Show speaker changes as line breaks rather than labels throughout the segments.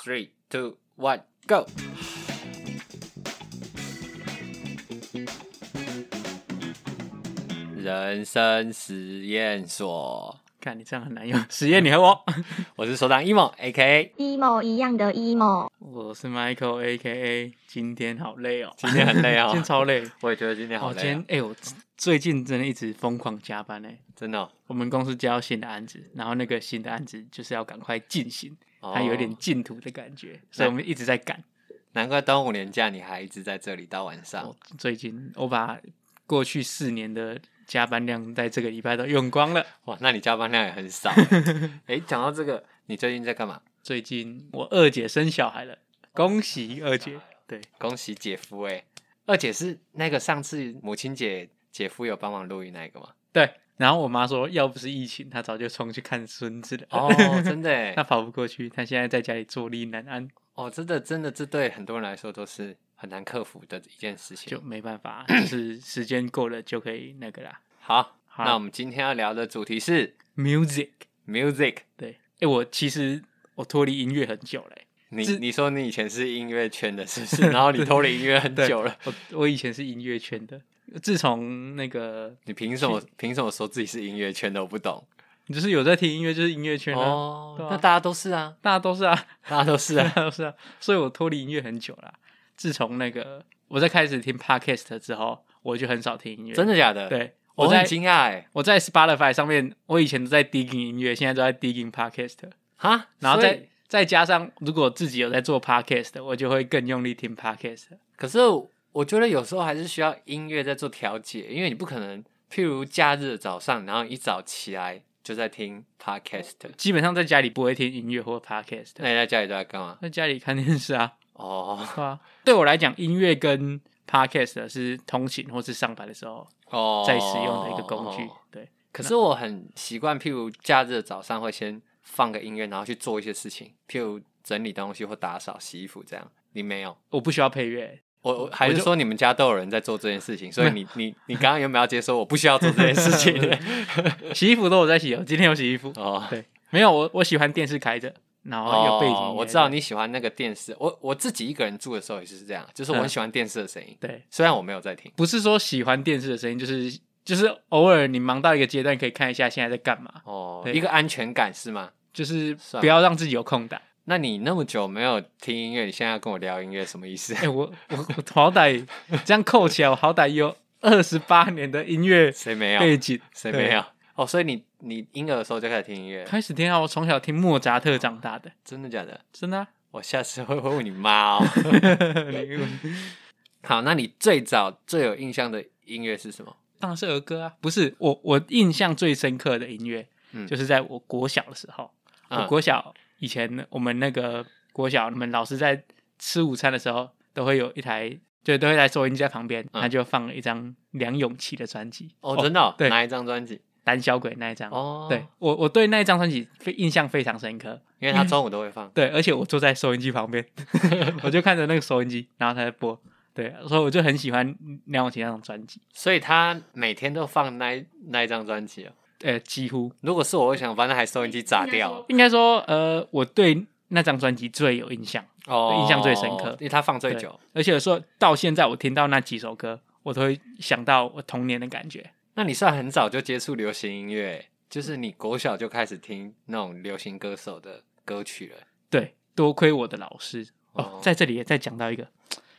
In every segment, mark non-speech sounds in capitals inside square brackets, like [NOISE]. Three, two, one, go！人生实验所，
看你这样很难用。实验你哦和我，
我是首长 emo A.K.A.
emo 一样的 emo，
我是 Michael A K A。今天好累哦，
今天很累哦
[LAUGHS] 今天超累。
我也觉得今天好
哦，今
累
天
啊、
哎、我最近真的一直疯狂加班哎、
真的哦、
我们公司接到新的案子，然后那个新的案子就是要赶快进行，
哦
它有点进度的感觉，所以我们一直在赶。
难怪端午年假你还一直在这里到晚上。
我最近我把过去四年的加班量在这个礼拜都用光了。
哇，那你加班量也很 [LAUGHS] 少欸。哎、讲到这个，你最近在干嘛？
最近我二姐生小孩了，恭喜二姐！啊对，
恭喜姐夫哎、二姐是那个上次母亲节姐夫有帮忙录音那个吗？
对，然后我妈说，要不是疫情，她早就冲去看孙子了。 [LAUGHS]
哦，真的 [LAUGHS] 欸
她跑不过去，她现在在家里坐立难安，
哦，真的真的，这对很多人来说都是很难克服的一件事
就
情。
没
[LAUGHS]
办法，就是时间过了就可以那个啦。
好，
好
那我们今天要聊的主题是
Music，
music。
对，哎、我其实我脱离音乐很久欸嘞、
你
这
你说你以前是音乐圈的，是不是？然后你脱离音乐很
对
久了，
我我以前是音乐圈的，自从那个
你凭什么凭什么说自己是音乐圈的？我不懂。
就是有在听音乐，就是音乐圈啊，
哦
对啊
那大家都是啊，
大家都是啊，
大家都是
大 [LAUGHS]
啊。
家都是啊，所以我脱离音乐很久啦。自从那个我在开始听 Podcast 之后，我就很少听音乐，
真的假的？，
对。
我
我在
很惊讶哎，
我在 Spotify 上面，我以前都在 digging 音乐，现在都在 digging podcast，
哈，
然后
所以
再再加上如果自己有在做 podcast，我就会更用力听 podcast。
可是我觉得有时候还是需要音乐在做调节，因为你不可能，譬如假日的早上，然后一早起来就在听 podcast，
基本上在家里不会听音乐或 podcast，
那你在家里都在干嘛？
在家里看电视啊， [LAUGHS]
哦
对啊。对我来讲，音乐跟 podcast 是通勤或是上班的时候
哦，
在使用的一个工具。对，
可是我很习惯，譬如假日的早上会先放个音乐，然后去做一些事情，譬如整理东西或打扫、洗衣服这样。你没有？
我不需要配乐，
我我还是
就
说你们家都有人在做这件事情，所以
[LAUGHS]
你你你刚刚原本要接说我不需要做这件事情
洗衣服都有在洗哦，今天有洗衣服。
哦。
对，没有我我喜欢电视开着，然后有背景音乐、
哦，我知道你喜欢那个电视。我我自己一个人住的时候也是这样，就是我
嗯
很喜欢电视的声音，
对。
虽然我没有在听。
不是说喜欢电视的声音，就是就是偶尔你忙到一个阶段，可以看一下现在在干嘛，
哦，
对
一个安全感是吗？
就是
算了
不要让自己有空档。
那你那么久没有听音乐，你现在要跟我聊音乐，什么意思
[LAUGHS] 哎、？我我我好歹这样扣起来，我好歹有二十八年的音乐
谁没
背
有？
景，
谁
对
没有？哦，所以你你婴儿的时候就开始听音乐，
开始听啊，我从小听莫扎特长大的，
真的假的？
真的、啊。 [LAUGHS]
我下次会问你妈哦。
你
好，那你最早最有印象的音乐是什么？
当然是儿歌啊，不是我我印象最深刻的音乐，
嗯
就是在我国小的时候，我
嗯
国小以前我们那个国小，你们老师在吃午餐的时候，都会有一台，就都会在收音机在旁边，
嗯
他就放了一张梁咏琪的专辑，
哦，真的哦、
对
哪一张专辑？
胆小鬼那一张。
哦，
对，我我对那一张专辑非印象非常深刻，
因为他中午都会放。
对，而且我坐在收音机旁边， [LAUGHS] 我就看着那个收音机，然后他在播，对，所以我就很喜欢梁咏琪那张专辑，
所以他每天都放那一那一张专辑哦。
呃，几乎
如果是我，我想把那台收音机砸掉了
应该说，呃，我对那张专辑最有印象，
哦
印象最深刻
因为他放最
对
久。，
而且说到现在，我听到那几首歌，我都会想到我童年的感觉。
那你算很早就接触流行音乐，就是你国小就开始听那种流行歌手的歌曲了。
对，多亏我的老师哦
哦，
在这里也再讲到一个，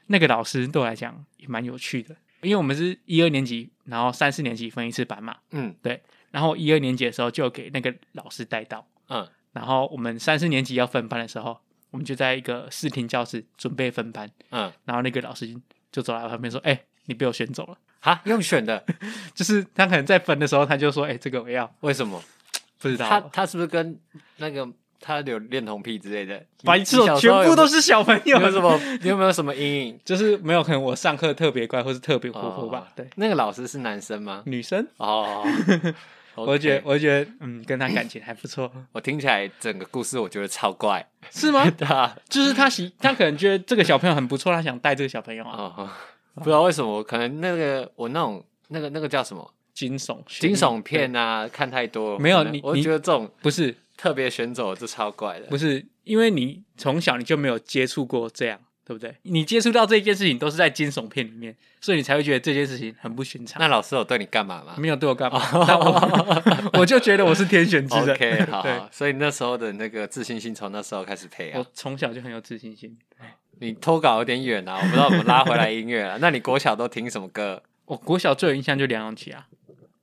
那个老师对我来讲也蛮有趣的，因为我们是一二年级，然后三四年级分一次班嘛，
嗯
然后一二年级的时候就给那个老师带到，
嗯，
然后我们三四年级要分班的时候，我们就在一个视听教室准备分班，
嗯，
然后那个老师就走来我旁边说：“哎、你被我选走了。”
哈，用选的，
就是他可能在分的时候，他就说：“哎、这个我要。
为什么？”
不 [LAUGHS] 知
他
道，哦
他是不是跟那个他有恋童癖之类的？
白痴哦、
你小时候
全
有
部都是小朋友
没有。你有什？么？你有没有什么阴
[LAUGHS]
影？
就是没有，可能我上课特别乖，或是特别活泼吧。
哦
对，
那个老师是男生吗？[LAUGHS]
女生， [LAUGHS]
哦，
我觉得
OK
我觉得，嗯，跟他感情还不错，
[LAUGHS] 我听起来整个故事我觉得超怪，
是吗？
对啊，
就是他喜，他可能觉得这个小朋友很不错，他想带这个小朋友啊，
哦，不知道为什么，可能那个我那种那个那个叫什么
惊悚悬
惊
疑
悚片啊，看太多了。
没有
可能
你
我
你
觉得这种
不是
特别选走，这超怪的
不。是，因为你从小你就没有接触过这样，对不对？你接触到这件事情都是在惊悚片里面，所以你才会觉得这件事情很不寻常。
那老师有对你干嘛 [LAUGHS] 吗
没有对我干嘛？但我 [LAUGHS] 我就觉得我是天选之人。
[LAUGHS]
[LAUGHS]
？OK，好
对
好，所以那时候的那个自信心从那时候开始培养
我。从小就很有自信心。
你脱稿有点远啊，我不知道我们拉回来音乐啊了。那你国小都听什么歌？
我国小最有印象就梁咏琪啊，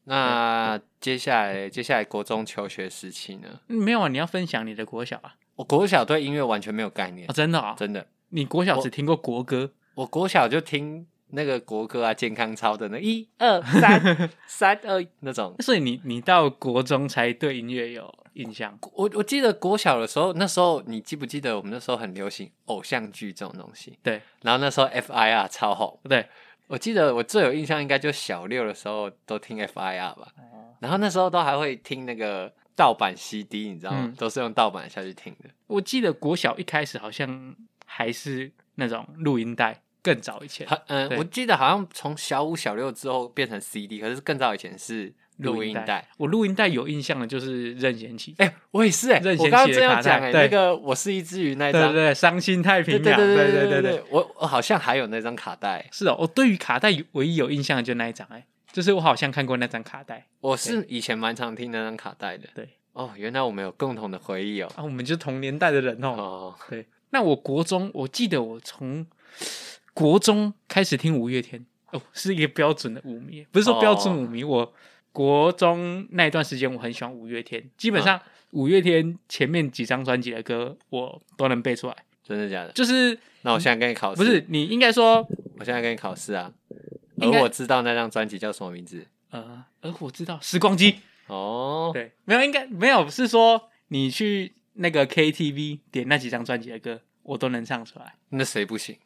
那接下来接下来国中求学时期呢？
嗯没有啊？你要分享你的国小啊？
我国小对音乐完全没有概念
哦，，真的啊、
真的。
你国小
我
只听过国歌，
我国小就听那个国歌啊，健康操的那一二 [LAUGHS] 三三二一那种。
所以你你到国中才对音乐有印象。
我我记得国小的时候，那时候你记不记得我们那时候很流行偶像剧这种东西？
对
然后那时候 FIR 超红，
对，
我记得我最有印象应该就小六的时候都听 FIR 吧，
哦
然后那时候都还会听那个盗版 CD，你知道吗？
嗯
都是用盗版下去听的。
我记得国小一开始好像还是那种录音带，更早以前。
好，嗯，
对
我记得好像从小五、小六之后变成 CD，可是更早以前是录音带。，
我录音带有印象的就是任贤齐，
哎、我也是哎、
任贤齐
我刚刚正要讲
的
哎、
卡带
那个我是一只鱼那一
[LAUGHS] 对
张
对，对，伤心太平洋，
对
对
对
对
对，我我好像还有那张卡带，
是哦，我对于卡带有唯一有印象的就那一张，哎，就是我好像看过那张卡带
我是以前蛮常听那张卡带的。
对，
哦，原来我们有共同的回忆哦。
啊，我们就同年代的人哦。
哦，
对，那我国中，我记得我从国中开始听五月天，哦，是一个标准的舞迷，不是
哦
说标准舞迷，我国中那一段时间我很喜欢五月天，基本
嗯
上五月天前面几张专辑的歌我都能背出来，
真的假的？
就是
那我现在跟你考试，
嗯不是你应该说
我现在跟你考试啊。而
应该
我知道那张专辑叫什么名字
呃，而我知道时光机。
哦。
对，没有，应该没有，是说你去那个 KTV 点那几张专辑的歌，我都能唱出来，？
那谁不行？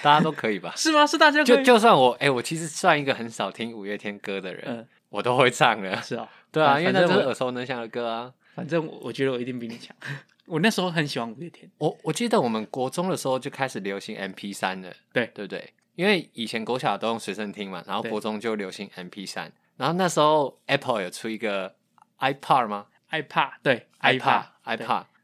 大家都可以吧
是吗？是大家可以
[LAUGHS] 就就算我哎、我其实算一个很少听五月天歌的人，
嗯，
我都会唱了。
是哦，
对啊，
反
因为那
反
都
正
是
我
耳熟能详的歌啊。
反正我我觉得我一定比你强。 [LAUGHS] 我那时候很喜欢五月天，
我我记得我们国中的时候就开始流行 MP 三了，
对
对不对？因为以前国小都用随身听嘛，然后
对
国中就流行 MP 三，然后那时候 Apple 有出一个 iPod 吗
iPad 对对
iPod，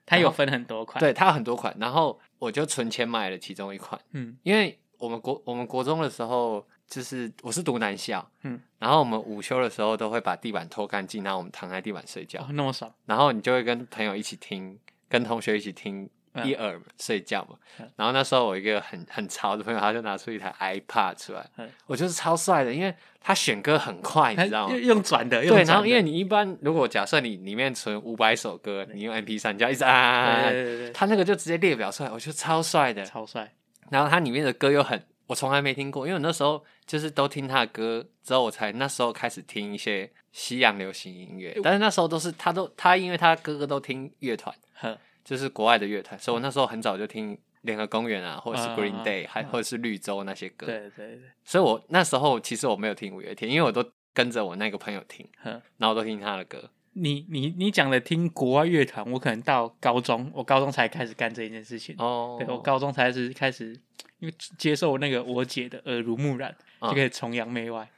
它
然
有
后
分很多款，，
对，它有很多款，然后我就存钱买了其中一款，
嗯
因为我们国我们国中的时候就是我是读男校，
嗯，
然后我们午休的时候都会把地板拖干净，然后我们躺在地板睡觉，
哦，那么爽，
然后你就会跟朋友一起听，跟同学一起听
嗯
一耳睡觉嘛。
嗯
然后那时候我一个很很潮的朋友，他就拿出一台 iPad 出来，
嗯
我觉得超帅的，因为他选歌很快，哎你知道吗
它？用转的，用
对，
转
然后
的
因为你一般如果假设你里面存五百首歌，你用 MP 三就要一直按按按按
嗯对
按
对对对
啊他那个就直接列表出来，我觉得超帅的
对，。超帅，
然后它里面的歌又很，我从来没听过，因为我那时候就是都听他的歌之后，我才那时候开始听一些西洋流行音乐
诶，
但是那时候都是他都他因为他哥哥都听乐团，
呵，
就是国外的乐团，所以我那时候很早就听联合公园啊，或者是
啊
Green Day，、
啊
还或者是绿洲那些歌，
对对对，
所以我那时候其实我没有听五月天，因为我都跟着我那个朋友听，
呵。
然后我都听他的歌。
你你你讲的听国外乐团，我可能到高中，我高中才开始干这一件事情。
哦，
对我高中才是开始，因为接受那个我姐的耳濡目染，
嗯
就可以崇洋媚外。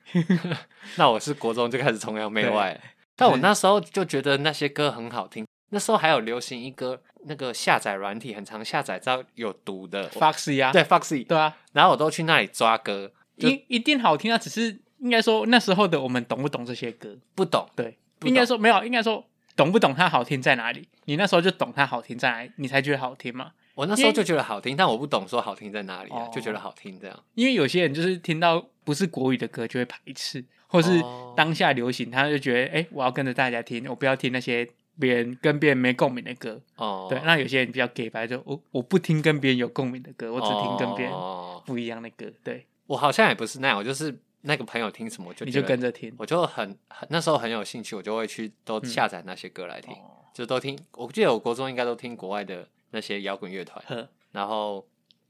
[LAUGHS] 那我是国中就开始崇洋媚外了，
[LAUGHS]
但我那时候就觉得那些歌很好听。那时候还有流行一个那个下载软体，很常下载到有毒的
Foxy 啊，
哦对 Foxy，
对啊，
然后我都去那里抓歌，就
一一定好听啊，只是应该说那时候的我们懂不懂这些歌？
不懂。
对，
不懂
应该说没有，应该说懂不懂它好听在哪里？你那时候就懂它好听在哪里，你才觉得好听嘛。
我那时候就觉得好听，但我不懂说好听在哪里、啊，
哦
就觉得好听这样。
因为有些人就是听到不是国语的歌就会排斥，或是
哦
当下流行，他就觉得哎、诶我要跟着大家听，我不要听那些别人跟别人没共鸣的歌。
哦，
对，那有些人比较 gay 白，就哦我我不听跟别人有共鸣的歌，我只听跟别人
哦
不一样的歌，对，
我好像也不是那样，我就是那个朋友听什么我就
你
觉
就
得
跟着听。嗯
我就很很那时候很有兴趣，我就会去都下载那些歌来听，
哦
就都听。我记得我国中应该都听国外的那些摇滚乐团，
呵
然后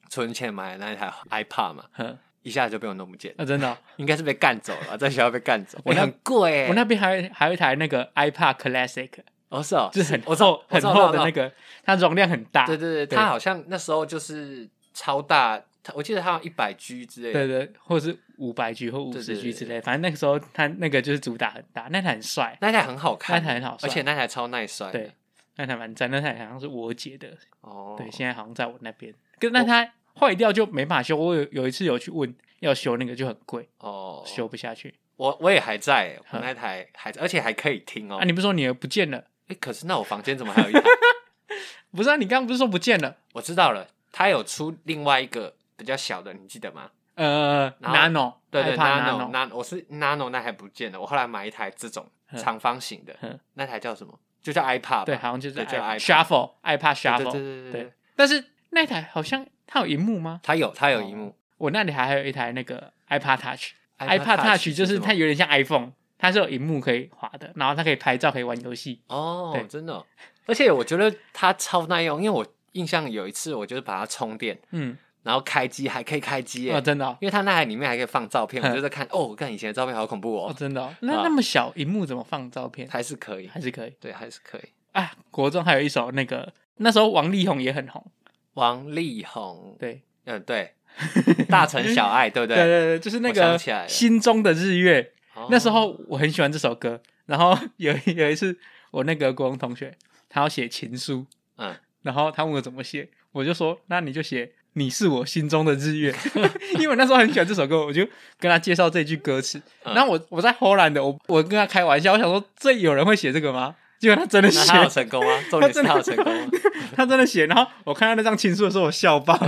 存钱买的那一台 iPad 嘛，
呵，
一下就被我弄不见了，
那真的哦、
[LAUGHS] 应该是被干走了，在学校被干走。
[LAUGHS] 我
我、
那
很贵耶、
我那边还还有一台那个 iPad Classic，
哦是哦，
就是很
我知道
厚很厚的那。
我知道我知道
个，它容量很大。
对对对，
对
它好像那时候就是超大，它我记得它有一百 G 之类的。
对对，或者是五百 G 或五
对对
十
对
G
对
之类，反正那个时候它那个就是主打很大，那台很帅。
那台很好看，
那台很好帅
而且那台超耐摔的。
对，那台蛮赞，那台好像是我姐的，
哦，
对，现在好像在我那边。跟但它坏掉就没办法修。我有有一次有去问要修那个就很贵，
哦，
修不下去。
我我也还
[LAUGHS]
在，我
嗯
那台还在而且还可以听哦。
啊，你不是说你的不见了？
诶可是那我房间怎么还有一台？ [LAUGHS]
不是啊，你刚刚不是说不见了？
我知道了，它有出另外一个比较小的，你记得吗？
呃
然后
，nano，
对对
iPad
，nano nano，我是 nano 那台不见了，我后来买一台这种
嗯
长方形的
嗯，
那台叫什么？就叫 iPad，吧
对，好像就是
对叫 iPad
iPad shuffle
对
iPad shuffle，
对对对对，
但是那台好像它有荧幕吗？
它有它有
哦
荧幕
我那里还还有一台那个 iPad Touch。
iPad
iPad Touch 就是
什么
它有点像 iPhone，它是有荧幕可以滑的，然后它可以拍照，可以玩游戏。
哦
对，
真的哦，而且我觉得它超耐用，因为我印象有一次我就是把它充电，
嗯，
然后开机还可以开机耶
哦，，真的哦，
因为它那台里面还可以放照片，
嗯
我就在看哦，看以前的照片好恐怖
哦
哦，
真的哦，那
啊
那么小荧幕怎么放照片？
还是可以
还，是可以
对，还是可以。
啊。国中还有一首那个，那时候王力宏也很红，
王力宏，
对
嗯，对，大城小爱，对不
[LAUGHS] 对
对？
对对，就是那
我
个
想起来了
心中的日月。
哦
那时候我很喜欢这首歌，然后 [LAUGHS] 有一有一次我那个国中同学，他要写情书，
嗯，
然后他问我怎么写，我就说那你就写你是我心中的日月， [LAUGHS] 因为我那时候很喜欢这首歌，我就跟他介绍这句歌词。
嗯
然后我我在荷兰的，我我跟他开玩笑，我想说这有人会写这个吗？结果他真的
[LAUGHS] 那
写，
他有成功
[LAUGHS]
吗？重点是他有成功吗？
他真的写。然后我看到那张情书的时候，我笑
[LAUGHS]
爆，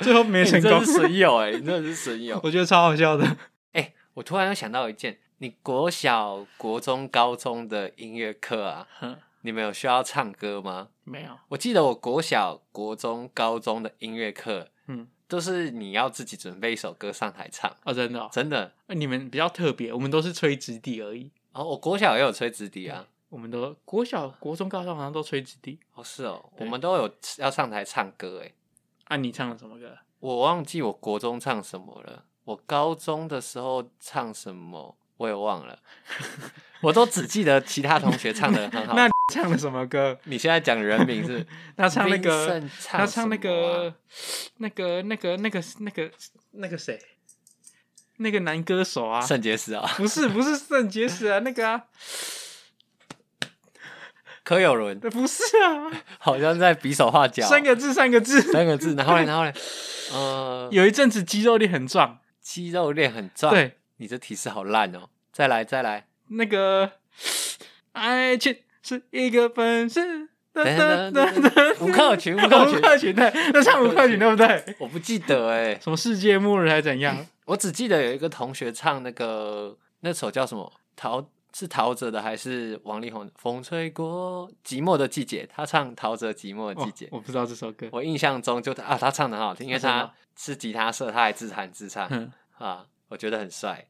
最后 [LAUGHS] 没
你
成
真
功
是，损友哎，你真的是损
[LAUGHS]
友。
我觉得超好笑的。
哎，我突然又想到一件，你国小、国中、高中的音乐课啊，你们有需要唱歌吗？
没有，
我记得我国小、国中、高中的音乐课
嗯，
都是你要自己准备一首歌上台唱，
哦，真的、哦，
真的。
你们比较特别，我们都是吹直笛而已。
哦，我国小也有吹直笛啊。
我们都国小、国中、高中好像都吹直笛。
哦，是哦，
对
我们都有要上台唱歌哎。
啊，你唱了什么歌？
我忘记我国中唱什么了，我高中的时候唱什么我也忘了， [LAUGHS] 我都只记得其他同学唱的很好。
那你唱了什么歌？
你现在讲人名是
[LAUGHS] 他唱那个，
Vincent 唱
他唱那
什么
个
啊，
那个，那个，那个，那个，那个谁？那个男歌手啊？
圣洁石啊，[LAUGHS]
不是，不是圣结石啊，那个啊，
柯有伦
不是啊，
好像在比手画脚，
三个字，三个字。
三个字，然后嘞，然
[LAUGHS]
后嘞，呃，
有一阵子肌肉力很壮，
肌肉链很壮。，
对，
你这提示好烂哦！再来，再来，
那个爱情是一个本事。噔
等等等等等吴克群吴克群
吴克群对，那唱吴克群对不对？
我不记得哎，
什么世界末日还是怎样？
我只记得有一个同学唱那个那首叫什么陶是陶喆的还是王力宏的？风吹过寂寞的季节，他唱陶喆《寂寞 [LAUGHS] 的季节》
哦我不知道这首歌。
我印象中就啊，他唱的很好听，因为
啊真的
他
吗
是吉他社，他还自弹自唱
哼，
啊，我觉得很
[LAUGHS]
帅。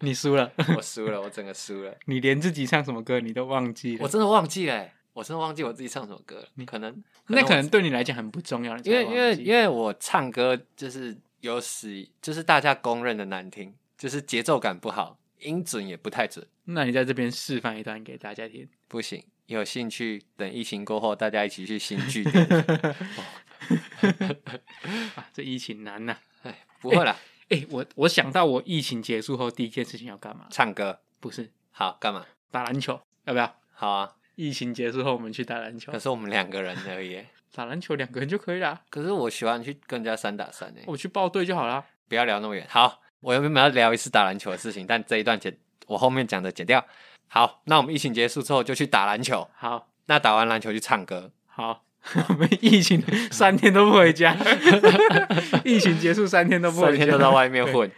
你输了，
我输了，我整个输了，
你连自己唱什么歌你都忘记了。
我真的忘记了欸，我真的忘记我自己唱什么歌了。可能
那可
我
能对你来讲很不重要，你才
因为因为
忘记
因为我唱歌就是有时就是大家公认的难听，就是节奏感不好，音准也不太准，
那你在这边示范一段给大家听。
不行。有兴趣等疫情过后，大家一起去 [LAUGHS] 新据点。
啊，这疫情难呐、
哎，不会啦，
哎、我我想到我疫情结束后第一件事情要干嘛？
唱歌
不是
好干嘛？
打篮球，要不要？
好啊，
疫情结束后我们去打篮球
可，是我们两个人而已欸。
打篮球两个人就可以啊啦。
可是我喜欢去跟人家三打三诶，
我去报队就好啦。
不要聊那么远。好，我原本要聊一次打篮球的事情，但这一段剪我后面讲的剪掉。好，那我们疫情结束之后就去打篮球，
好，
那打完篮球去唱歌，
好， [LAUGHS] 我们疫情三天都不
[LAUGHS]
回家，疫情结束三天都不回
三
家，
天都在外面
对。
混。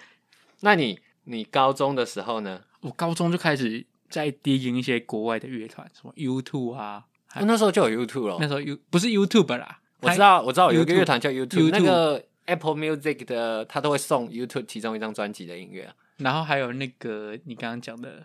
那你你高中的时候呢？
我高中就开始在低音一些国外的乐团，什么 U Two 啊，还
那时候就有 YouTube
那
了，
时候 U 不是 YouTube 啦，
哦我知道我知道有一个
YouTube
乐团叫 YouTube，
YouTube
那个 Apple Music 的他都会送 YouTube 其中一张专辑的音乐啊，
然后还有那个你刚刚讲的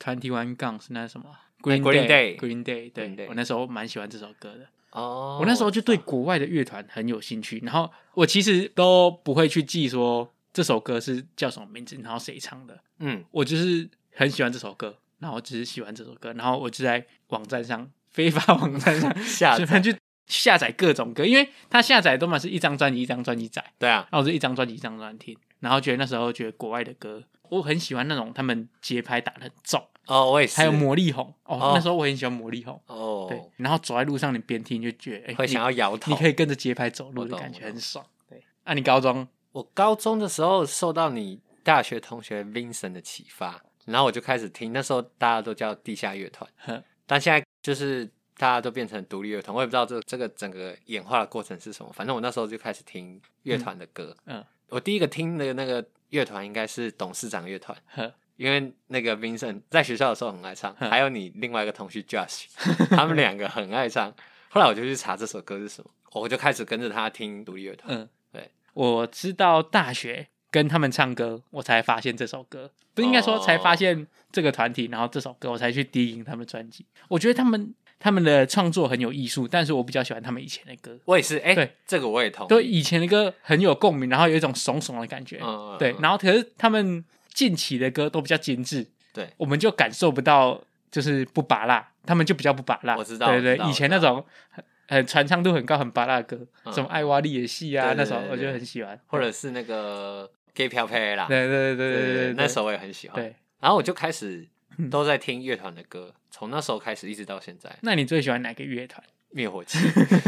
Twenty One Guns 那是什么
对哎 Green Day
Green Day，对
Green Day
我那时候蛮喜欢这首歌的。
哦
我那时候就对国外的乐团很有兴趣，然后我其实都不会去记说这首歌是叫什么名字，然后谁唱的，
嗯
我就是很喜欢这首歌，然后只是喜欢这首歌，然后我就在网站上非法网站上
[LAUGHS] 下载
随便去下载各种歌，因为它下载都嘛是一张专辑一张专辑载，
对啊，
然后我就一张专辑一张专辑听，然后觉得那时候觉得国外的歌我很喜欢那种他们节拍打的很重，
哦，我也是，
还有魔力红哦，
哦
那时候我很喜欢魔力红，对
哦，，
然后走在路上你边听你就觉得，哎、
会想要摇
你
头
你。可以跟着节拍走路
我
的
懂
感觉
我懂
很爽。对，啊，你高中
我高中的时候受到你大学同学 Vincent 的启发，然后我就开始听，那时候大家都叫地下乐团
[LAUGHS] 哼，
但现在就是大家都变成独立乐团，我也不知道这这个整个演化的过程是什么。反正我那时候就开始听乐团的歌，
嗯，
我第一个听的那个乐团应该是董事长乐团。
呵
因为那个 Vincent 在学校的时候很爱唱，
嗯
还有你另外一个同学 Josh，他们两个很爱唱。后来我就去查这首歌是什么，我就开始跟着他听独立乐团。
嗯，
对，
我知道大学跟他们唱歌，我才发现这首歌，不是应该说才发现这个团体，然后这首歌我才去低音他们专辑。我觉得他们他们的创作很有艺术，但是我比较喜欢他们以前的歌。
我也是，哎、
对
这个我也同意。
对以前的歌很有共鸣，然后有一种怂怂的感觉，
嗯嗯
对
嗯。
然后可是他们近期的歌都比较精致，
对
我们就感受不到就是不拔辣，他们就比较不拔辣。
我知道
对
我
对
知道
以前那种很很传唱度很高、很拔辣的歌，
嗯
什么艾娃利的戏
对
啊，
对
那首
对对
我就很喜欢，
或者是那个 Gay 飘飘啦，
对对对对对对，
那首我也很喜欢。
对。嗯
然后我就开始都在听乐团的歌，从那时候开始一直到现
[LAUGHS]
在。
那你最喜欢哪个乐团？
灭火器，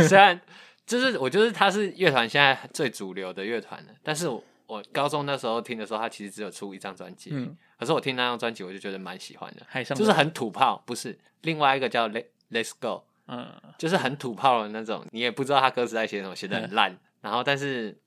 虽然就是我就是它是乐团现在最主流的乐团了，但是我我高中那时候听的时候，它其实只有出一张专辑，
嗯，
可是我听那张专辑，我就觉得蛮喜欢的，
海上
就是很土炮，不是另外一个叫 Let Let's Go，
嗯
就是很土炮的那种，你也不知道他歌词在写什么，写的很
[LAUGHS]
烂，然后但是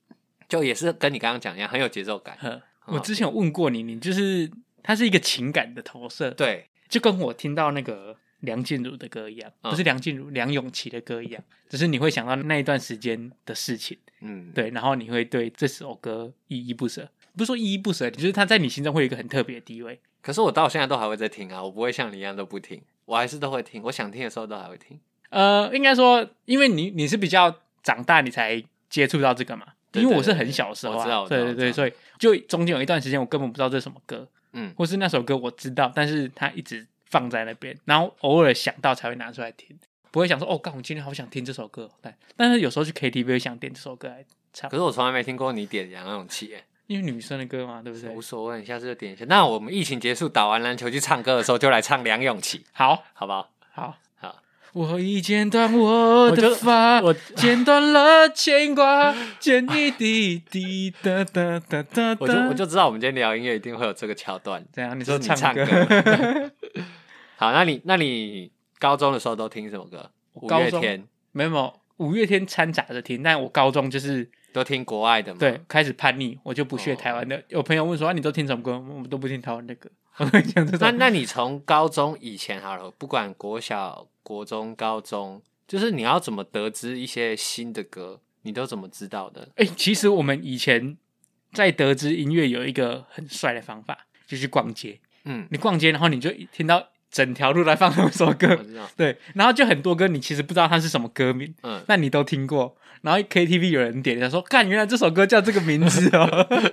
就也是跟你刚刚讲一样，很有节奏
[LAUGHS]
感，
呵，
好
我之前有问过你，你就是它是一个情感的投射，
对，
就跟我听到那个梁静茹的歌一样，
嗯
不是梁静茹，梁咏琪的歌一样，只是你会想到那一段时间的事情，
嗯，，
对，然后你会对这首歌依依不舍，不是说依依不舍，就是它在你心中会有一个很特别的地位。
可是我到现在都还会在听啊，我不会像你一样都不听，我还是都会听，我想听的时候都还会听，
呃，应该说，因为你你是比较长大，你才接触到这个嘛。
对
因为
对
我是
对
很
对
小的时候
我知
啊
道，我知
对
道
对
我知
对，
道
所以就中间有一段时间我根本不知道这是什么歌，
嗯
或是那首歌我知道，但是它一直放在那边，然后偶尔想到才会拿出来听，不会想说哦，干，我今天好想听这首歌，但但是有时候去 KTV 会想点这首歌来唱
可，是我从来没听过你点杨永琪、欸。
因为女生的歌嘛， [LAUGHS] 对不对
无？所谓，你下次就点一下。那我们疫情结束打完篮球去唱歌的时候，就来唱梁咏琪，
好
好不好？
好
好，
我已剪断我
我
的
就
发，
我
剪断了牵挂，剪一滴滴哒哒哒哒哒。
我就我就知道我们今天聊音乐一定会有这个桥段，
怎样？你
就
说
是你唱
歌？
歌。 [LAUGHS] 好，那你那你高中的时候都听什么歌？五
高
月
中
天
没有没有，五月天掺杂着听，但我高中就是
都听国外的吗？
对，开始叛逆，我就不屑
哦
台湾的。有朋友问说、啊、你都听什么歌？我们都不听台湾的歌。 [LAUGHS] 我跟你讲这
那
种，
那你从高中以前好了，不管国小、国中、高中，就是你要怎么得知一些新的歌，你都怎么知道的？
哎、其实我们以前在得知音乐有一个很帅的方法，就去逛街。
嗯，
[LAUGHS] 你逛街，然后你就听到整条路在放同一首歌，
我知道。
对，然后就很多歌你其实不知道它是什么歌名，
嗯，
那你都听过。然后 KTV 有人点，他说：“看，原来这首歌叫这个名字
[LAUGHS]
哦。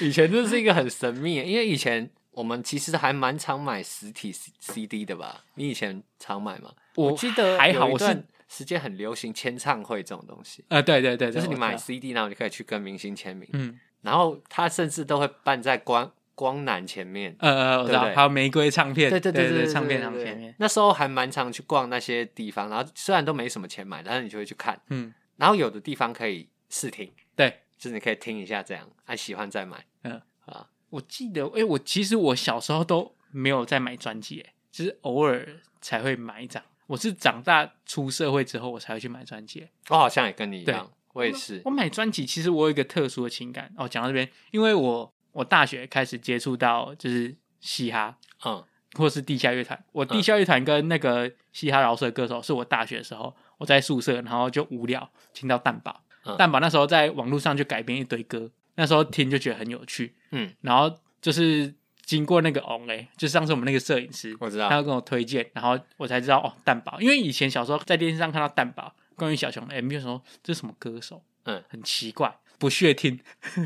以前这是一个很神秘的，因为以前我们其实还蛮常买实体 C- CD 的吧？你以前常买吗？
我
记得
还好
有一
我是
段时间很流行签唱会这种东西”，
呃，对对对
就
对，
是你
我
买
知道
CD，然后你可以去跟明星签名，
嗯
然后他甚至都会办在光光南前面。
呃呃，我知
对
道，
不对
还有玫瑰唱片，
对
对
对对，
唱片
对
行
对
前面，
那时候还蛮常去逛那些地方，然后虽然都没什么钱买，但是你就会去看，
嗯，
然后有的地方可以试听，
对。
就是你可以听一下这样，啊喜欢再买，
嗯
啊，
我记得，哎、我其实我小时候都没有在买专辑，哎，就是偶尔才会买一张。我是长大出社会之后，我才会去买专辑。
我好像也跟你一
对
样，我也是
我，买专辑，其实我有一个特殊的情感。哦，讲到这边，因为我我大学开始接触到就是嘻哈，
嗯，
或是地下乐团。我地
嗯
下乐团跟那个嘻哈饶舌歌手，是我大学的时候，我在宿舍，然后就无聊听到蛋堡
嗯，
蛋堡那时候在网络上就改编一堆歌，那时候听就觉得很有趣，
嗯，
然后就是经过那个 on 嘞，就是上次我们那个摄影师，
我知
他
道
要，跟我推荐，然后我才知道哦，蛋堡，因为以前小时候在电视上看到蛋堡关于小熊的 MV 的时候，这是什么歌手？
嗯，
很奇怪，不屑听， [LAUGHS]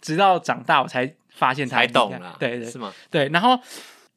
直到长大我才发现他
才
很厉害
懂啦，
对对
是吗？
对，然后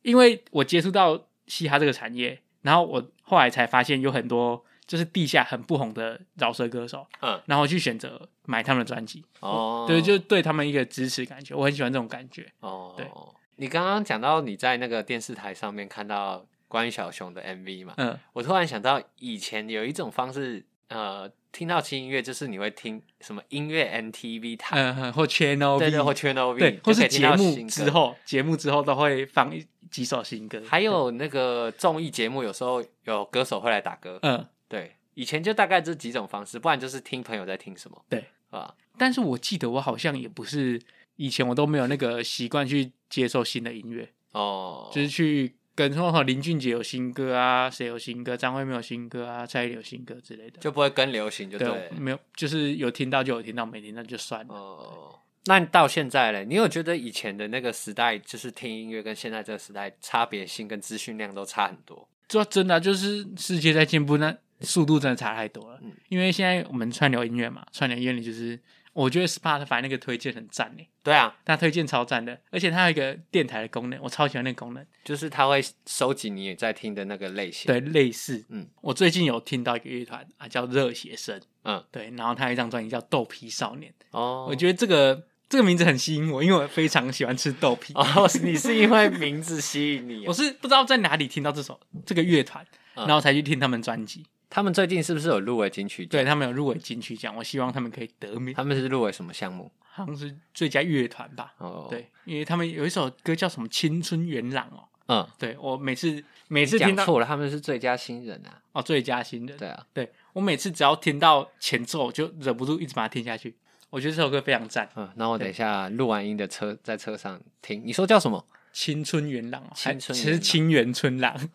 因为我接触到嘻哈这个产业，然后我后来才发现有很多就是地下很不红的饶舌歌手，
嗯，
然后去选择买他们的专辑，
哦，
对，就对他们一个支持感觉，我很喜欢这种感觉。
哦，
对
你刚刚讲到你在那个电视台上面看到关于小熊的 MV 嘛，
嗯，
我突然想到以前有一种方式，呃，听到轻音乐就是你会听什么音乐 NTV 台，
嗯嗯，或 Channel
对对，
V
或 Channel V，
对，
就
或
可以
是
听
节
到
目
新歌
之，后，节目之后都会放一几首新歌，
还有那个综艺节目，有时候有歌手会来打歌，
对嗯，
对，以前就大概这几种方式，不然就是听朋友在听什么，
对
啊，
但是我记得我好像也不是以前我都没有那个习惯去接受新的音乐，
哦，
就是去跟说哦林俊杰有新歌啊，谁有新歌，张惠妹有新歌啊，蔡依林有新歌之类的，
就不会跟流行就对了
对，嗯没有，就是有听到就有听到，没听到就算了。
哦，那你到现在嘞，你有觉得以前的那个时代，就是听音乐跟现在这个时代差别性跟资讯量都差很多？
这真的啊、就是世界在进步，那速度真的差太多了。
嗯
因为现在我们串流音乐嘛，串流音乐里就是我觉得 Spotify 那个推荐很赞诶，
对啊，
它推荐超赞的，而且它有一个电台的功能，我超喜欢那个功能。
就是它会收集你也在听的那个类型。，
对，类似，
嗯
嗯，我最近有听到一个乐团啊，叫热血生，
嗯，
对，然后他有一张专辑叫《豆皮少年》，
哦，
我觉得这个这个名字很吸引我，因为我非常喜欢吃豆皮。
哦，你是因为名字吸引你、
我
哦？
是不知道在哪里听到这首这个乐团，
嗯
然后才去听他们专辑。
他们最近是不是有入围金曲奖？
对他们有入围金曲奖，我希望他们可以得名，
他们是入围什么项目？
好像是最佳乐团吧。
哦，，
对，因为他们有一首歌叫什么《青春元朗》哦，
嗯，
对我每次每次听
讲
到
错了，他们是最佳新人啊。
哦最佳新人，
对啊，
对我每次只要听到前奏，我就忍不住一直把它听下去。我觉得这首歌非常赞，《
嗯，那我等一下录完音的车在车上听。你说叫什么？
青春元朗》哦还
青春
其
元
实
朗
清源春郎，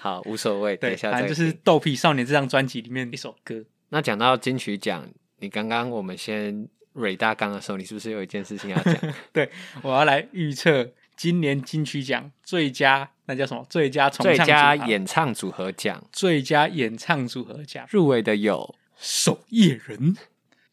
好，无所谓，等
[LAUGHS] 对，
一下
反
再
正就是
听
《豆皮少年》这张专辑里面的一首歌。
那讲到金曲奖，你刚刚我们先蕊大纲的时候，你是不是有一件事情要
[LAUGHS]
讲？
我要来预测今年金曲奖最佳那叫什么？最佳重
最
唱
佳
组合、
演唱组合奖
最佳演唱组合奖，《
入围的有
守夜人》《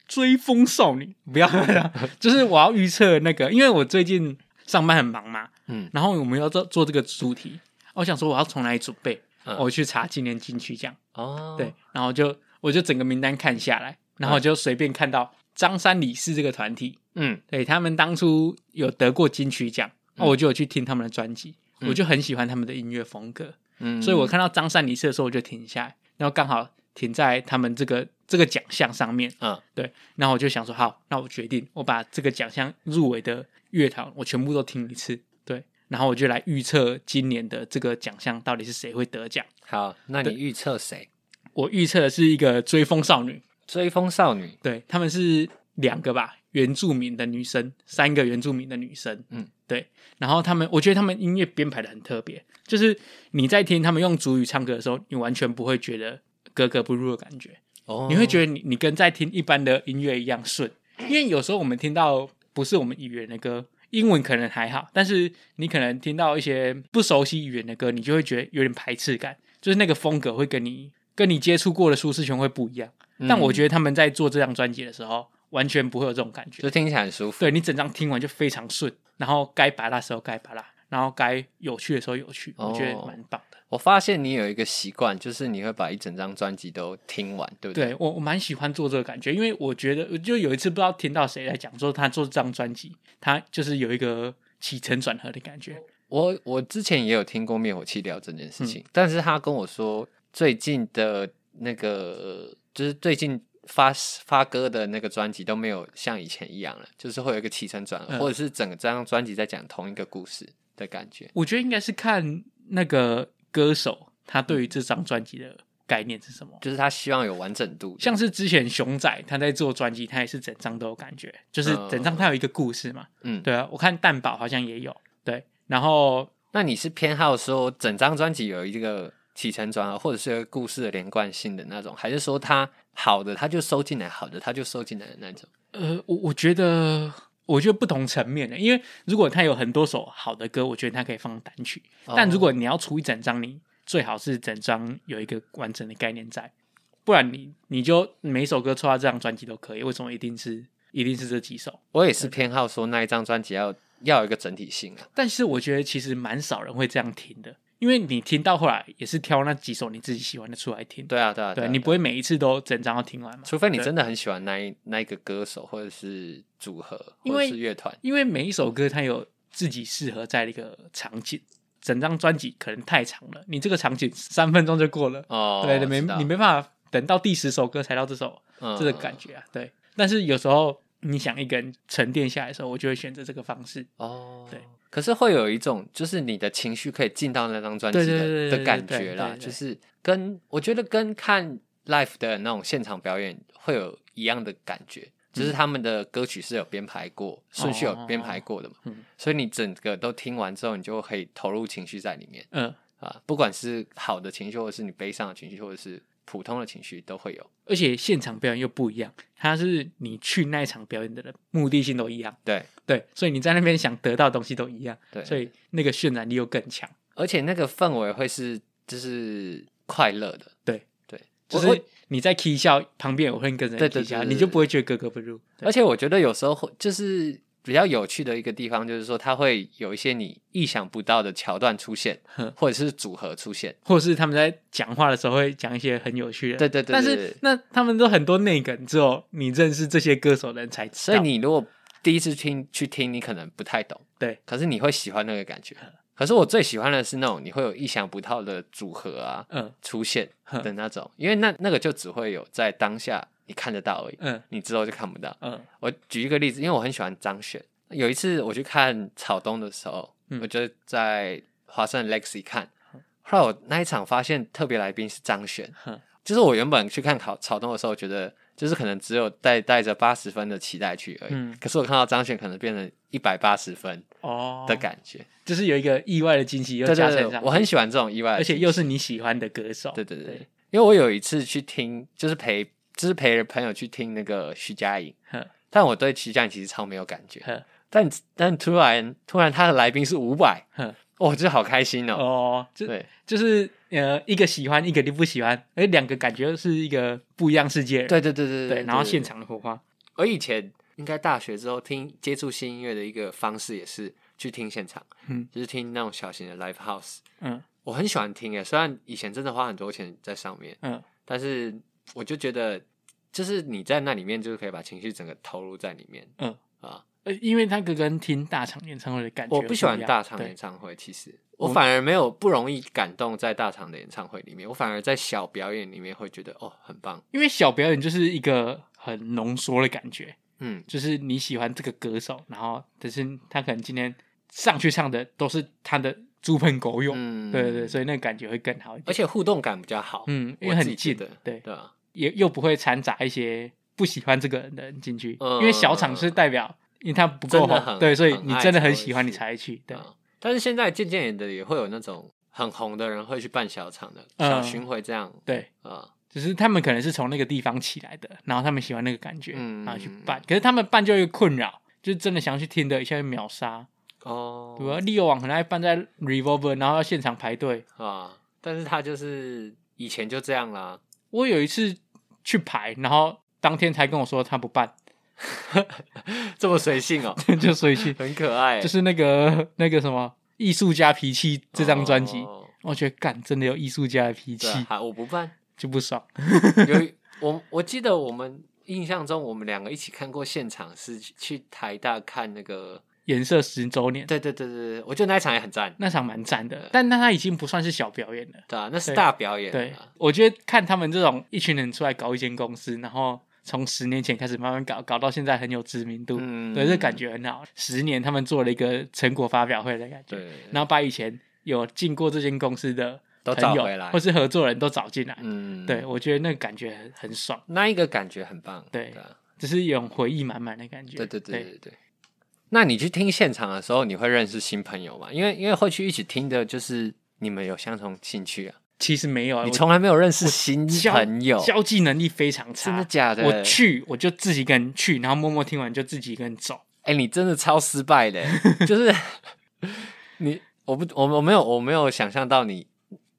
追风少女》。不要，
[LAUGHS]
就是我要预测那个，因为我最近上班很忙嘛，
嗯
然后我们要做做这个主题，我想说我要从哪里准备？
嗯
我去查今年金曲奖，
哦，
对，然后就我就整个名单看下来，然后我就随便看到张三李四这个团体，
嗯
对他们当初有得过金曲奖，哦
嗯
我就有去听他们的专辑，
嗯
我就很喜欢他们的音乐风格，
嗯，
所以我看到张三李四的时候我就停下来，然后刚好停在他们这个这个奖项上面，
嗯
对，然后我就想说，好，那我决定，我把这个奖项入围的乐团，我全部都听一次，对，然后我就来预测今年的这个奖项到底是谁会得奖。
好，那你
对
预测谁？
我预测的是一个追风少女，
追风少女，
对，她们是两个吧，原住民的女生，三个原住民的女生，
嗯，
对，然后她们，我觉得她们音乐编排的很特别，就是你在听她们用主语唱歌的时候，你完全不会觉得格格不入的感觉，
哦
你会觉得你你跟在听一般的音乐一样顺，因为有时候我们听到不是我们语言的歌，英文可能还好，但是你可能听到一些不熟悉语言的歌，你就会觉得有点排斥感，就是那个风格会跟你跟你接触过的舒适圈会不一样。
嗯
但我觉得他们在做这张专辑的时候，完全不会有这种感觉，
就听起来很舒服。
对你整张听完就非常顺，然后该拔辣的时候该拔辣，然后该有趣的时候有趣，我觉得
哦
蛮棒的。
我发现你有一个习惯，就是你会把一整张专辑都听完，对不对？
对我我蛮喜欢做这个感觉，因为我觉得就有一次不知道听到谁在讲说他做这张专辑，他就是有一个起承转合的感
哦
觉。
我我之前也有听过灭火器聊这
嗯
件事情，但是他跟我说最近的那个就是最近发发歌的那个专辑都没有像以前一样了，就是会有一个起承转合，
嗯
或者是整张专辑在讲同一个故事的感觉。
我觉得应该是看那个歌手他对于这张专辑的概念是什么。
就是他希望有完整度，
像是之前熊仔他在做专辑，他也是整张都有感觉，就是整张他有一个故事嘛。
嗯，
对啊，我看蛋宝好像也有对，然后
那你是偏好说整张专辑有一个起承转合，或者是有一个故事的连贯性的那种，还是说他好的他就收进来，好的他就收进来的那种？
呃，我我觉得我觉得不同层面的，因为如果他有很多首好的歌，我觉得他可以放单曲。但如果你要出一整张，你最好是整张有一个完整的概念在，不然你你就每一首歌出到这张专辑都可以，为什么一定是一定是这几首？
我也是偏好说那一张专辑要要有一个整体性啊。
但是我觉得其实蛮少人会这样听的，因为你听到后来也是挑那几首你自己喜欢的出来听，
对啊，对啊，
对
啊
你
啊
不会每一次都整张都听完嘛？
除非你
对
真的很喜欢那一那一个歌手或者是组合
因
或者
为
是乐团，
因为每一首歌它有自己适合在的一个场景。整张专辑可能太长了，你这个场景三分钟就过了，
哦，
对，
我
你没
知道嗯
你没办法等到第十首歌才到这首，这个感觉啊，对。但是有时候你想一个人沉淀下来的时候，我就会选择这个方式。
嗯哦，
对。
可是会有一种，就是你的情绪可以进到那张专辑
对对对
的
对
的
对
感
对
觉
对
啦，
对
就是跟我觉得跟看 l i f e 的那种现场表演会有一样的感觉，
嗯
就是他们的歌曲是有编排过，顺序有编排过的嘛
嗯，
所以你整个都听完之后，你就可以投入情绪在里面
嗯、
啊，不管是好的情绪，或者是你悲伤的情绪，或者是普通的情绪，都会有。
而且现场表演又不一样，它是你去那一场表演的人目的性都一样，
对，
对，所以你在那边想得到的东西都一样，
对
所以那个渲染力又更强。
而且那个氛围会是就是快乐的，
对
对，
就
我我
是你在 k 笑旁边，我会跟着
对对
你 k
对
笑，
对对
你就不会觉得格格不入。对
而且我觉得有时候会就是比较有趣的一个地方，就是说它会有一些你意想不到的桥段出现
哼，
或者是组合出现。
或者是他们在讲话的时候会讲一些很有趣的，
对对对
但
对
是
对
那他们都很多内梗，只有你认识这些歌手的人才知
所
道。
以你如果第一次听去听，你可能不太懂，
对
可是你会喜欢那个感觉。可是我最喜欢的是那种你会有意想不到的组合啊
嗯
出现的那种，因为那那个就只会有在当下你看得到而已，
嗯
你之后就看不到。
嗯
我举一个例子，因为我很喜欢张悬。有一次我去看草东的时候，
嗯
我就在华盛 Lexi 看，后来我那一场发现特别来宾是张悬
哼。
[LAUGHS] 就是我原本去看草草东的时候，觉得就是可能只有带带着八十分的期待去而已。
嗯
可是我看到张悬，可能变成一百八十分
哦
的，感觉。
就是有一个意外的惊喜又
对
加
对
成上
对，
去，
我很喜欢这种意外的
而
惊
且
喜，
又是你喜欢的歌手，
对对对，对因为我有一次去听，就是陪就是陪朋友去听那个徐佳莹，
哼
但我对徐佳莹其实超没有感觉。
哼
但但突然突然他的来宾是五百，
哼，
哇，这好开心哦！
哦，就
对
就是呃，一个喜欢，一个你不喜欢，而两个感觉是一个不一样世界，
对对对对
对，然后现，场的火花，
我以前应该大学之后听接触新音乐的一个方式也是去听现场，
嗯
就是听那种小型的 live house，
嗯
我很喜欢听欸诶，虽然以前真的花很多钱在上面，
嗯
但是我就觉得就是你在那里面就是可以把情绪整个投入在里面
嗯，
啊。
呃因为那个跟听大场演唱会的感觉
我
又一样，
不喜欢大欸场
对
演唱会，其实我反而没有不容易感动在大场的演唱会里面，我反而在小表演里面会觉得哦很棒，
因为小表演就是一个很浓缩的感觉，
嗯，
就是你喜欢这个歌手，然后只是他可能今天上去唱的都是他的猪朋狗友，
嗯
对对对，所以那个感觉会更好一点，
而且互动感比较好，
嗯，因
我
为
自己
很
觉
近
得，
对，
对啊，
也又不会掺杂一些不喜欢这个人的人进去，
嗯
因为小场是代表因为他不够
真的很
红，对，所以
很
你
爱
真的很
才会
喜欢你
去
才会去，对，
啊但是现在渐渐的也会有那种很红的人会去办小场的
嗯
小巡回这样
对。
啊，
只是他们可能是从那个地方起来的，然后他们喜欢那个感觉，
嗯
然后去办。可是他们办就有一个困扰，就是真的想要去听的，一下就秒杀。
哦，
对啊，利友网很爱办在 Revolver，然后要现场排队。
啊，但是他就是以前就这样啦， [LAUGHS]
我有一次去排，然后当天才跟我说他不办， [LAUGHS]
这么随性哦，
就所以去，
很可爱，
就是那个那个什么艺术家脾气这张专辑，
哦
我觉得干真的有艺术家的脾
对
气
啊，好我不办，
[LAUGHS] 就不爽。
有一我我记得我们印象中我们两个一起看过现场是去去台大看那个，
颜色十周年
对对对对对，我觉得那一场也很赞，
那场蛮赞的
对，
但那他已经不算是小表演了。
对啊，那是
对
大表演
对
啊，，
我觉得看他们这种一群人出来搞一间公司，然后从十年前开始慢慢搞，搞到现在很有知名度，
嗯
对，这感觉很好。十年他们做了一个成果发表会的感觉，
对
然后把以前有进过这间公司的
都
朋友
找回来
或是合作人都找进来，
嗯，
对我觉得那个感觉很很爽，
那一个感觉很棒，
对
啊
只是有种回忆满满的感觉。
对对对
对
对对。那你去听现场的时候，你会认识新朋友吗？因为因为会去一起听的，就是你们有相同兴趣啊。
其实没有啊，
你
我
从来没有认识新
交
朋友，
交际能力非常差，
真的假的？
我，去我就自己一个人去，然后默默听完就自己一个人走。
哎、你真的超失败的、 [LAUGHS] 就是你，我不，我我没有，我没有想象到你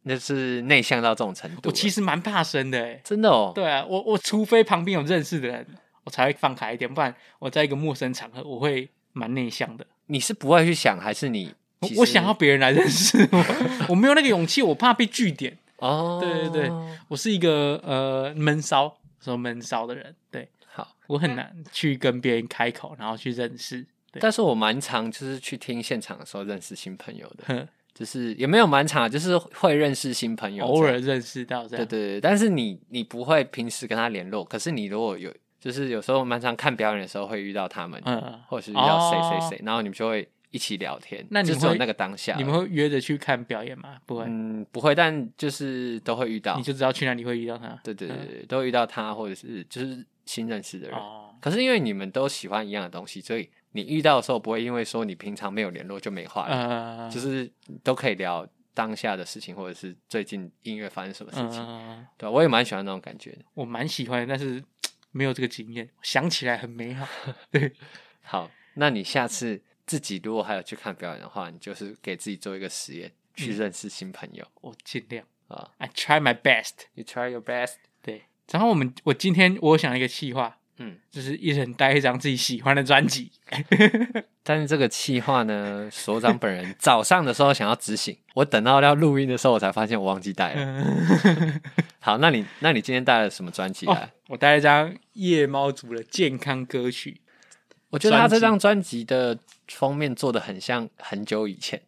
那是内向到这种程度欸。
我其实蛮怕生的、欸，
真的哦，
对啊，我我除非旁边有认识的人，我才会放开一点，不然我在一个陌生场合，我会蛮内向的。
你是不会去想，还是你
我
其
我
实
想要别人来认识我，我没有那个勇气，我怕被据点。
哦？
对对对，我是一个呃闷骚，什么闷骚的人，对
好，
我很难去跟别人开口，然后去认识。对
但是我蛮常就是去听现场的时候认识新朋友的，
哼
就是也没有蛮常，啊就是会认识新朋友，
偶尔。认识到这
对
样，
对对，但是你你不会平时跟他联络，可是你如果有就是有时候蛮常看表演的时候会遇到他们，
嗯，嗯，
或者是遇到谁
哦
谁谁，然后你们就会一起聊天。
那你
就只有
会
那个当下，
你们会约着去看表演吗？不会，
嗯不会，但就是都会遇到
你。就知道去哪里会遇到他。
对对对
嗯
对，对都会遇到他或者是就是新认识的人。
哦，
可是因为你们都喜欢一样的东西，所以你遇到的时候不会因为说你平常没有联络就没话聊，
呃，
就是是都可以聊当下的事情，或者是最近音乐发生什么事
嗯、
情。
呃
对啊，我也蛮喜欢那种感觉的。
我蛮喜欢的，但是没有这个经验，想起来很美好。对，
好，那你下次自己如果还有去看表演的话，你就是给自己做一个实验，
嗯
去认识新朋友
我尽量
啊。
，I try my best。
You try your best。
对，然后我们我今天我想了一个计划，
嗯，
就是一人带一张自己喜欢的专辑。
但是这个计划呢，所长本人早上的时候想要执行，我等到要录音的时候，我才发现我忘记
嗯
带了。好，那你那你今天带了什么专辑来？
哦， [LAUGHS] 我带了一张夜猫族的健康歌曲，
我觉得他
专
这
辑
张专辑的封面做的很像很久以前，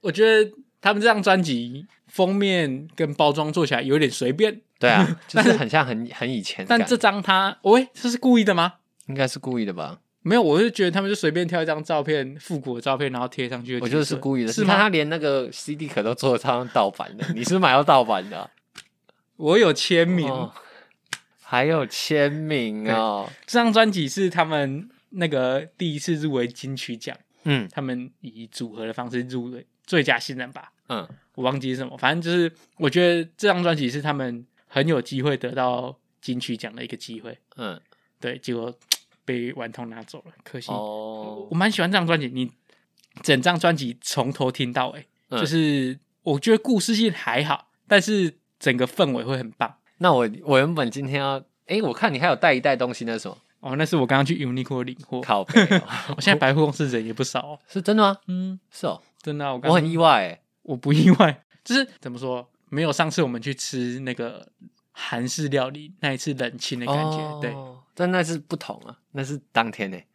我觉得他们这张专辑封面跟包装做起来有点随便，
对
[LAUGHS]
啊，就是很像很很以前的
但
感觉。
这张他，喂，这是故意的吗？
应该是故意的吧？
没有，我就觉得他们就随便挑一张照片，复古的照片，然后贴上去。
我觉得是故意的。
是
你看他
吗？
连那个 CD 壳都做的超像盗版的，你是不是买到盗版的啊、
我有签名，
哦还有签名哦。
这张专辑是他们那个第一次入围金曲奖，
嗯
他们以组合的方式入围最佳新人吧，
嗯，
我忘记是什么，反正就是我觉得这张专辑是他们很有机会得到金曲奖的一个机会，
嗯，
对，结果被顽童拿走了，可惜。
哦
我，蛮喜欢这张专辑，你整张专辑从头听到尾、
嗯
就是我觉得故事性还好，但是整个氛围会很棒。
那我我原本今天要，诶，我看你还有带一袋东西，那是什么？
哦，那是我刚刚去 Uniqlo 领货，
靠背、哦，
我现在百货公司人也不少、哦。
[LAUGHS] 是真的吗？
嗯，
是哦，
真的啊、我刚
我很意，外、欸诶，
我不意外， [LAUGHS] 就是怎么说，没有上次我们去吃那个韩式料理那一次冷清的感觉。
哦
对，，
但那是不同啊，那是当天呢、欸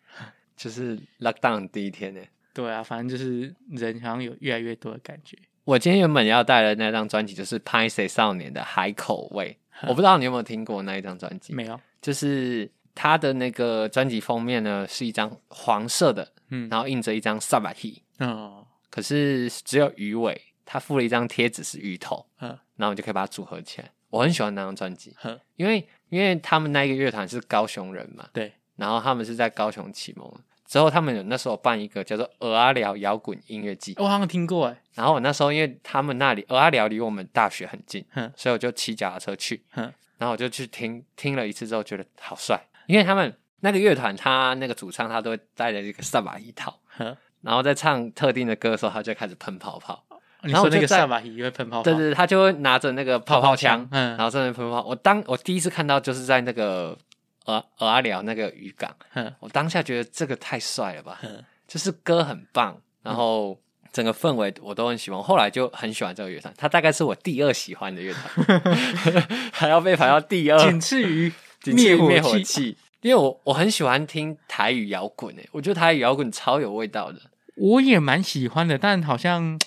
就是 lockdown 第一天欸呢、
对啊，反正就是人好像有越来越多的感觉。
我今天原本要带的那张专辑就是《拍谁少年》的海口
[LAUGHS]
味，我不知道你有没有听过那一张专辑，
没有，
就是他的那个专辑封面呢是一张黄色的，
嗯，
然后印着一张萨瓦提，
哦，
可是只有鱼尾，他附了一张贴纸是鱼头，
嗯
然后你就可以把它组合起来。我很喜欢那张专辑，
哼，
因为因为他们那一个乐团是高雄人嘛，
对，
然后他们是在高雄启蒙的。之后他们有那时候办一个叫做“鹅阿寮摇滚音乐季”，
我好像听过哎，
然后我那时候因为他们那里呃鹅阿寮离我们大学很近，
哼
所以我就骑脚踏车去，
哼，
然后我就去听听了一次之后觉得好帅，因为他们那个乐团他那个主唱他都会带着一个萨瓦一套，
哼。
然后在唱特定的歌的时候他就开始喷泡泡，
你
然后
说
我
那
就
个
在
萨瓦伊会喷泡泡，
对对，对他就会拿着那个泡泡枪，
嗯
然后在那边喷泡。我当我第一次看到就是在那个鹅鹅阿寮那个渔港，
哼
我当下觉得这个太帅了吧，
[LAUGHS] 哼
就是歌很棒，然后整个氛围我都很喜欢。后来就很喜欢这个乐团，它大概是我第二喜欢的乐团， [LAUGHS] 还要被排到第二，
仅次于
呃 [LAUGHS] 仅次于
灭
灭
火
火器。因为我我很喜欢听台语摇滚欸诶，我觉得台语摇滚超有味道的，
我也蛮喜欢的，但好像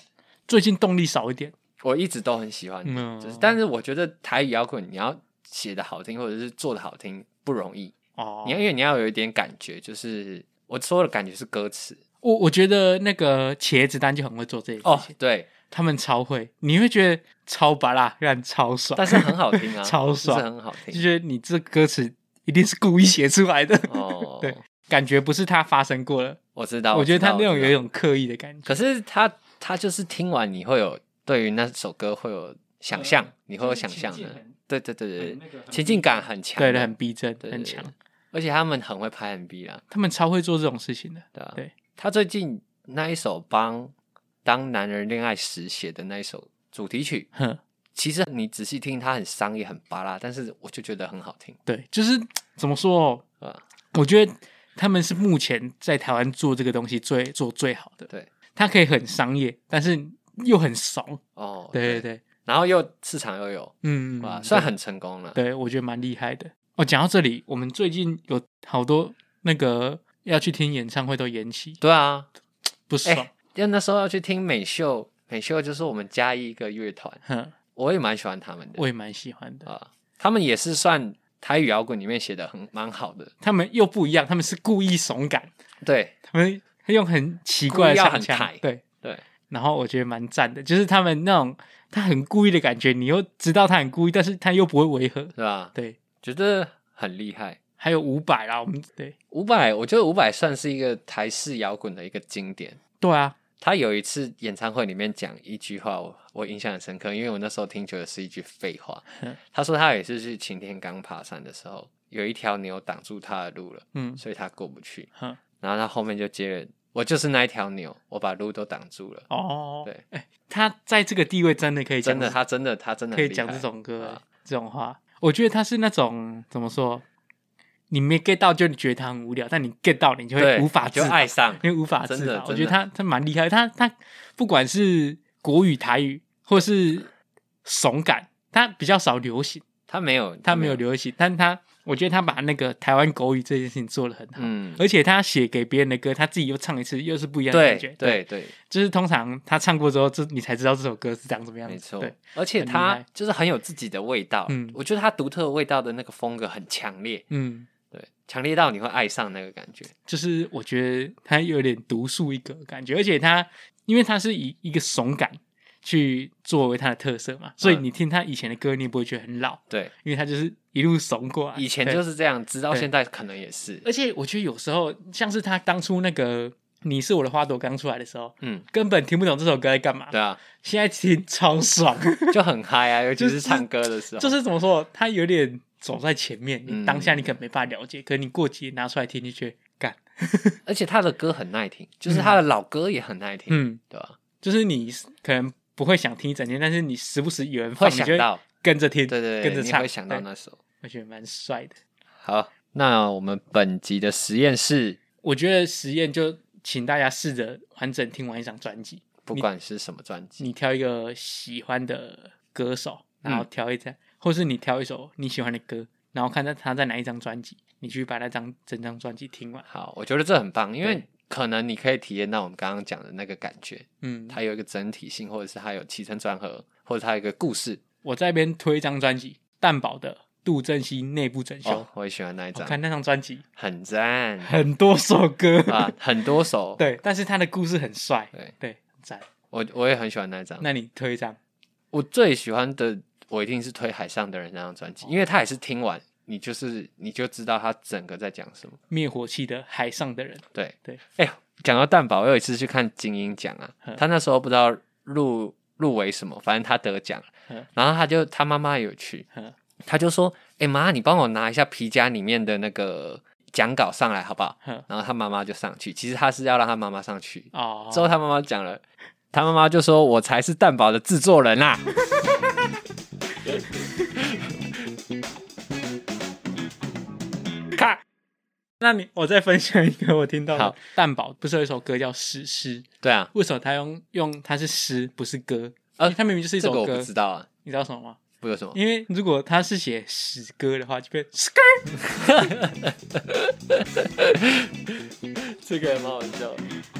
最近动力少一点。
我一直都很喜欢。
嗯
就是，但是我觉得台语摇滚你要写的好听或者是做的好听不容易，
哦
你要因为你要有一点感觉，就是我说的感觉是歌词
我我觉得那个茄子蛋就很会做这一
哦
哦，，
对，
他们超会，你会觉得超拔啦，让超爽，
但是很好听啊，
超
就是
爽，
很好
[LAUGHS] 就
听
觉得你这歌词一定是故意写出来的，
哦
[LAUGHS]。
啊
对，感觉不是他发生过了，
我知道，
我觉得
知道
他那种
我知道
有一种刻意的感觉。
可是他他就是听完你会有对于那首歌会有想象，你会有想象的，对对对对，情境感很强的，
对的，很逼真，
对对
很
对
强，
而且他们很会拍 MV 啦，
他们超会做这种事情的。
对吧、
对，
他最近那一首帮《当男人恋爱时》写的那一首主题曲，
哼，
其实你仔细听，它很商业、很巴拉，但是我就觉得很好听，
对，就是怎么说、哦，
对吧？
我觉得他们是目前在台湾做这个东西最做最好的。
对，
它可以很商业，但是又很怂。
哦，
对对，对，
然后又市场又有，
嗯，
哇，
对
算很成功了。
对，我觉得蛮厉害的。哦，讲到这里，我们最近有好多那个要去听演唱会都延期，
对啊，
不爽。
哎因为那时候要去听美秀，美秀就是我们嘉义一个乐团，
哼，
我也蛮喜欢他们的
我也蛮喜欢的。
啊。他们也是算台语摇滚里面写的很蛮好的，
他们又不一样，他们是故意耸感，
对
他们用很奇怪
故
的
意要
唱
很
腔
抬，
对。
对
然后我觉得蛮赞的，就是他们那种他很故意的感觉，你又知道他很故意，但是他又不会违和。
是吧？
对，
啊觉得很厉害。
还有伍佰啦，我们对
伍佰，我觉得伍佰算是一个台式摇滚的一个经典。
对啊，
他有一次演唱会里面讲一句话，我我印象很深刻，因为我那时候听觉得是一句废
[LAUGHS]
话
嗯。
他说他有一次去擎天岗爬山的时候，有一条牛挡住他的路了，
嗯
所以他过不去。
哼
然后他后面就接了，我就是那一条牛，我把路都挡住了。
哦，
对，
哎、他在这个地位真的可以讲
真的，他真的，他真的
可以
很厉害
讲这种歌、
啊
这种话，我觉得他是那种怎么说，你没 get 到就你觉得他很无聊，但你 get 到你就会
对，
无法
就
自拔
爱上。
因为无法自
真的
拔。我
真
觉得
的
他他蛮厉害的，他他不管是国语、台语，或是怂感，他比较少流行，
他没有，嗯
他没有，流行，但他我觉得他把那个台湾国语这件事情做得很好，
嗯，
而且他写给别人的歌，他自己又唱一次，又是不一样的
对
感觉。
对，对，
就是通常他唱过之后，这你才知道这首歌是长什么样子。
没错
对，。
而且
很厉
他
害
就是很有自己的味道，
嗯
我觉得他独特的味道的那个风格很强烈，
嗯，
对，强烈到你会爱上那个感觉，
就是我觉得他有点独树一格的感觉，而且他因为他是以一个怂感去作为他的特色嘛，所以
嗯
你听他以前的歌，你也不会觉得很老，
对，
因为他就是一路怂过来。
以前
对
就，是这样，直到
对
现在可能也是，
而且我觉得有时候像是他当初那个《你是我的花朵》刚出来的时候，
嗯，
根本听不懂这首歌在干嘛，
对啊，
现在听超爽，
就很嗨
[LAUGHS]
啊，尤其
就是是
唱歌的时候，
就是怎么说，他有点走在前面，你
嗯
当下你可能没办法了解，可是你过几年拿出来听，你就觉得干，
而且他的歌很耐听，就是他的老歌也很耐听，
嗯，
对吧？
就是你可能不会想听一整天，但是你时不时有人
会
放，你
想
就
到，
跟着听，
对对
跟着
对，你
唱，
会想到
对，
那首。
我觉得蛮帅的。
好，那我们本集的实验室，
我觉得实验就请大家试着完整听完一张专辑，
不管是什么专辑，
你挑一个喜欢的歌手，
嗯
然后挑一张，或是你挑一首你喜欢的歌，然后看他他在哪一张专辑，你去把那张整张专辑听完。
好，我觉得这很棒，因为
对
可能你可以体验到我们刚刚讲的那个感觉，
嗯，
它有一个整体性，或者是它有起承转合，或者它有一个故事。
我在这边推一张专辑，蛋堡的《杜振熙内部整修》
哦，我也喜欢那一
我
张，
看那张专辑
很赞
很多首歌，
[LAUGHS] 啊，很多首。
对，但是他的故事很帅，
对
对，很赞。
我我也很喜欢那一张。
那你推一张，
我最喜欢的，我一定是推《海上的人》那张专辑，因为它也是听完，你就是你就知道它整个在讲什么。
灭火器的《海上的人》，
对
对，
哎、讲到蛋堡，我有一次去看金鹰奖啊
嗯，
他那时候不知道入入围什么，反正他得奖
嗯
了，然后他就他妈妈也有去
嗯，
他就说：“哎、妈，你帮我拿一下皮夹里面的那个讲稿上来好不好
嗯？”
然后他妈妈就上去，其实他是要让他妈妈上去，
哦，
之后他妈妈讲了，他妈妈就说：“我才是蛋堡的制作人啊啦、
看，那你我再分享一个我听到的
好，
蛋堡不是有一首歌叫《史诗》，
对啊，
为什么他用用它是诗不是歌？
呃
因为它明明就是一
这
首
个我
歌，
不知道啊，
你知道什么吗？
不有什么？
因为如果他是写史歌的话，就变
[LAUGHS]
诗歌。
这个也蛮好笑的。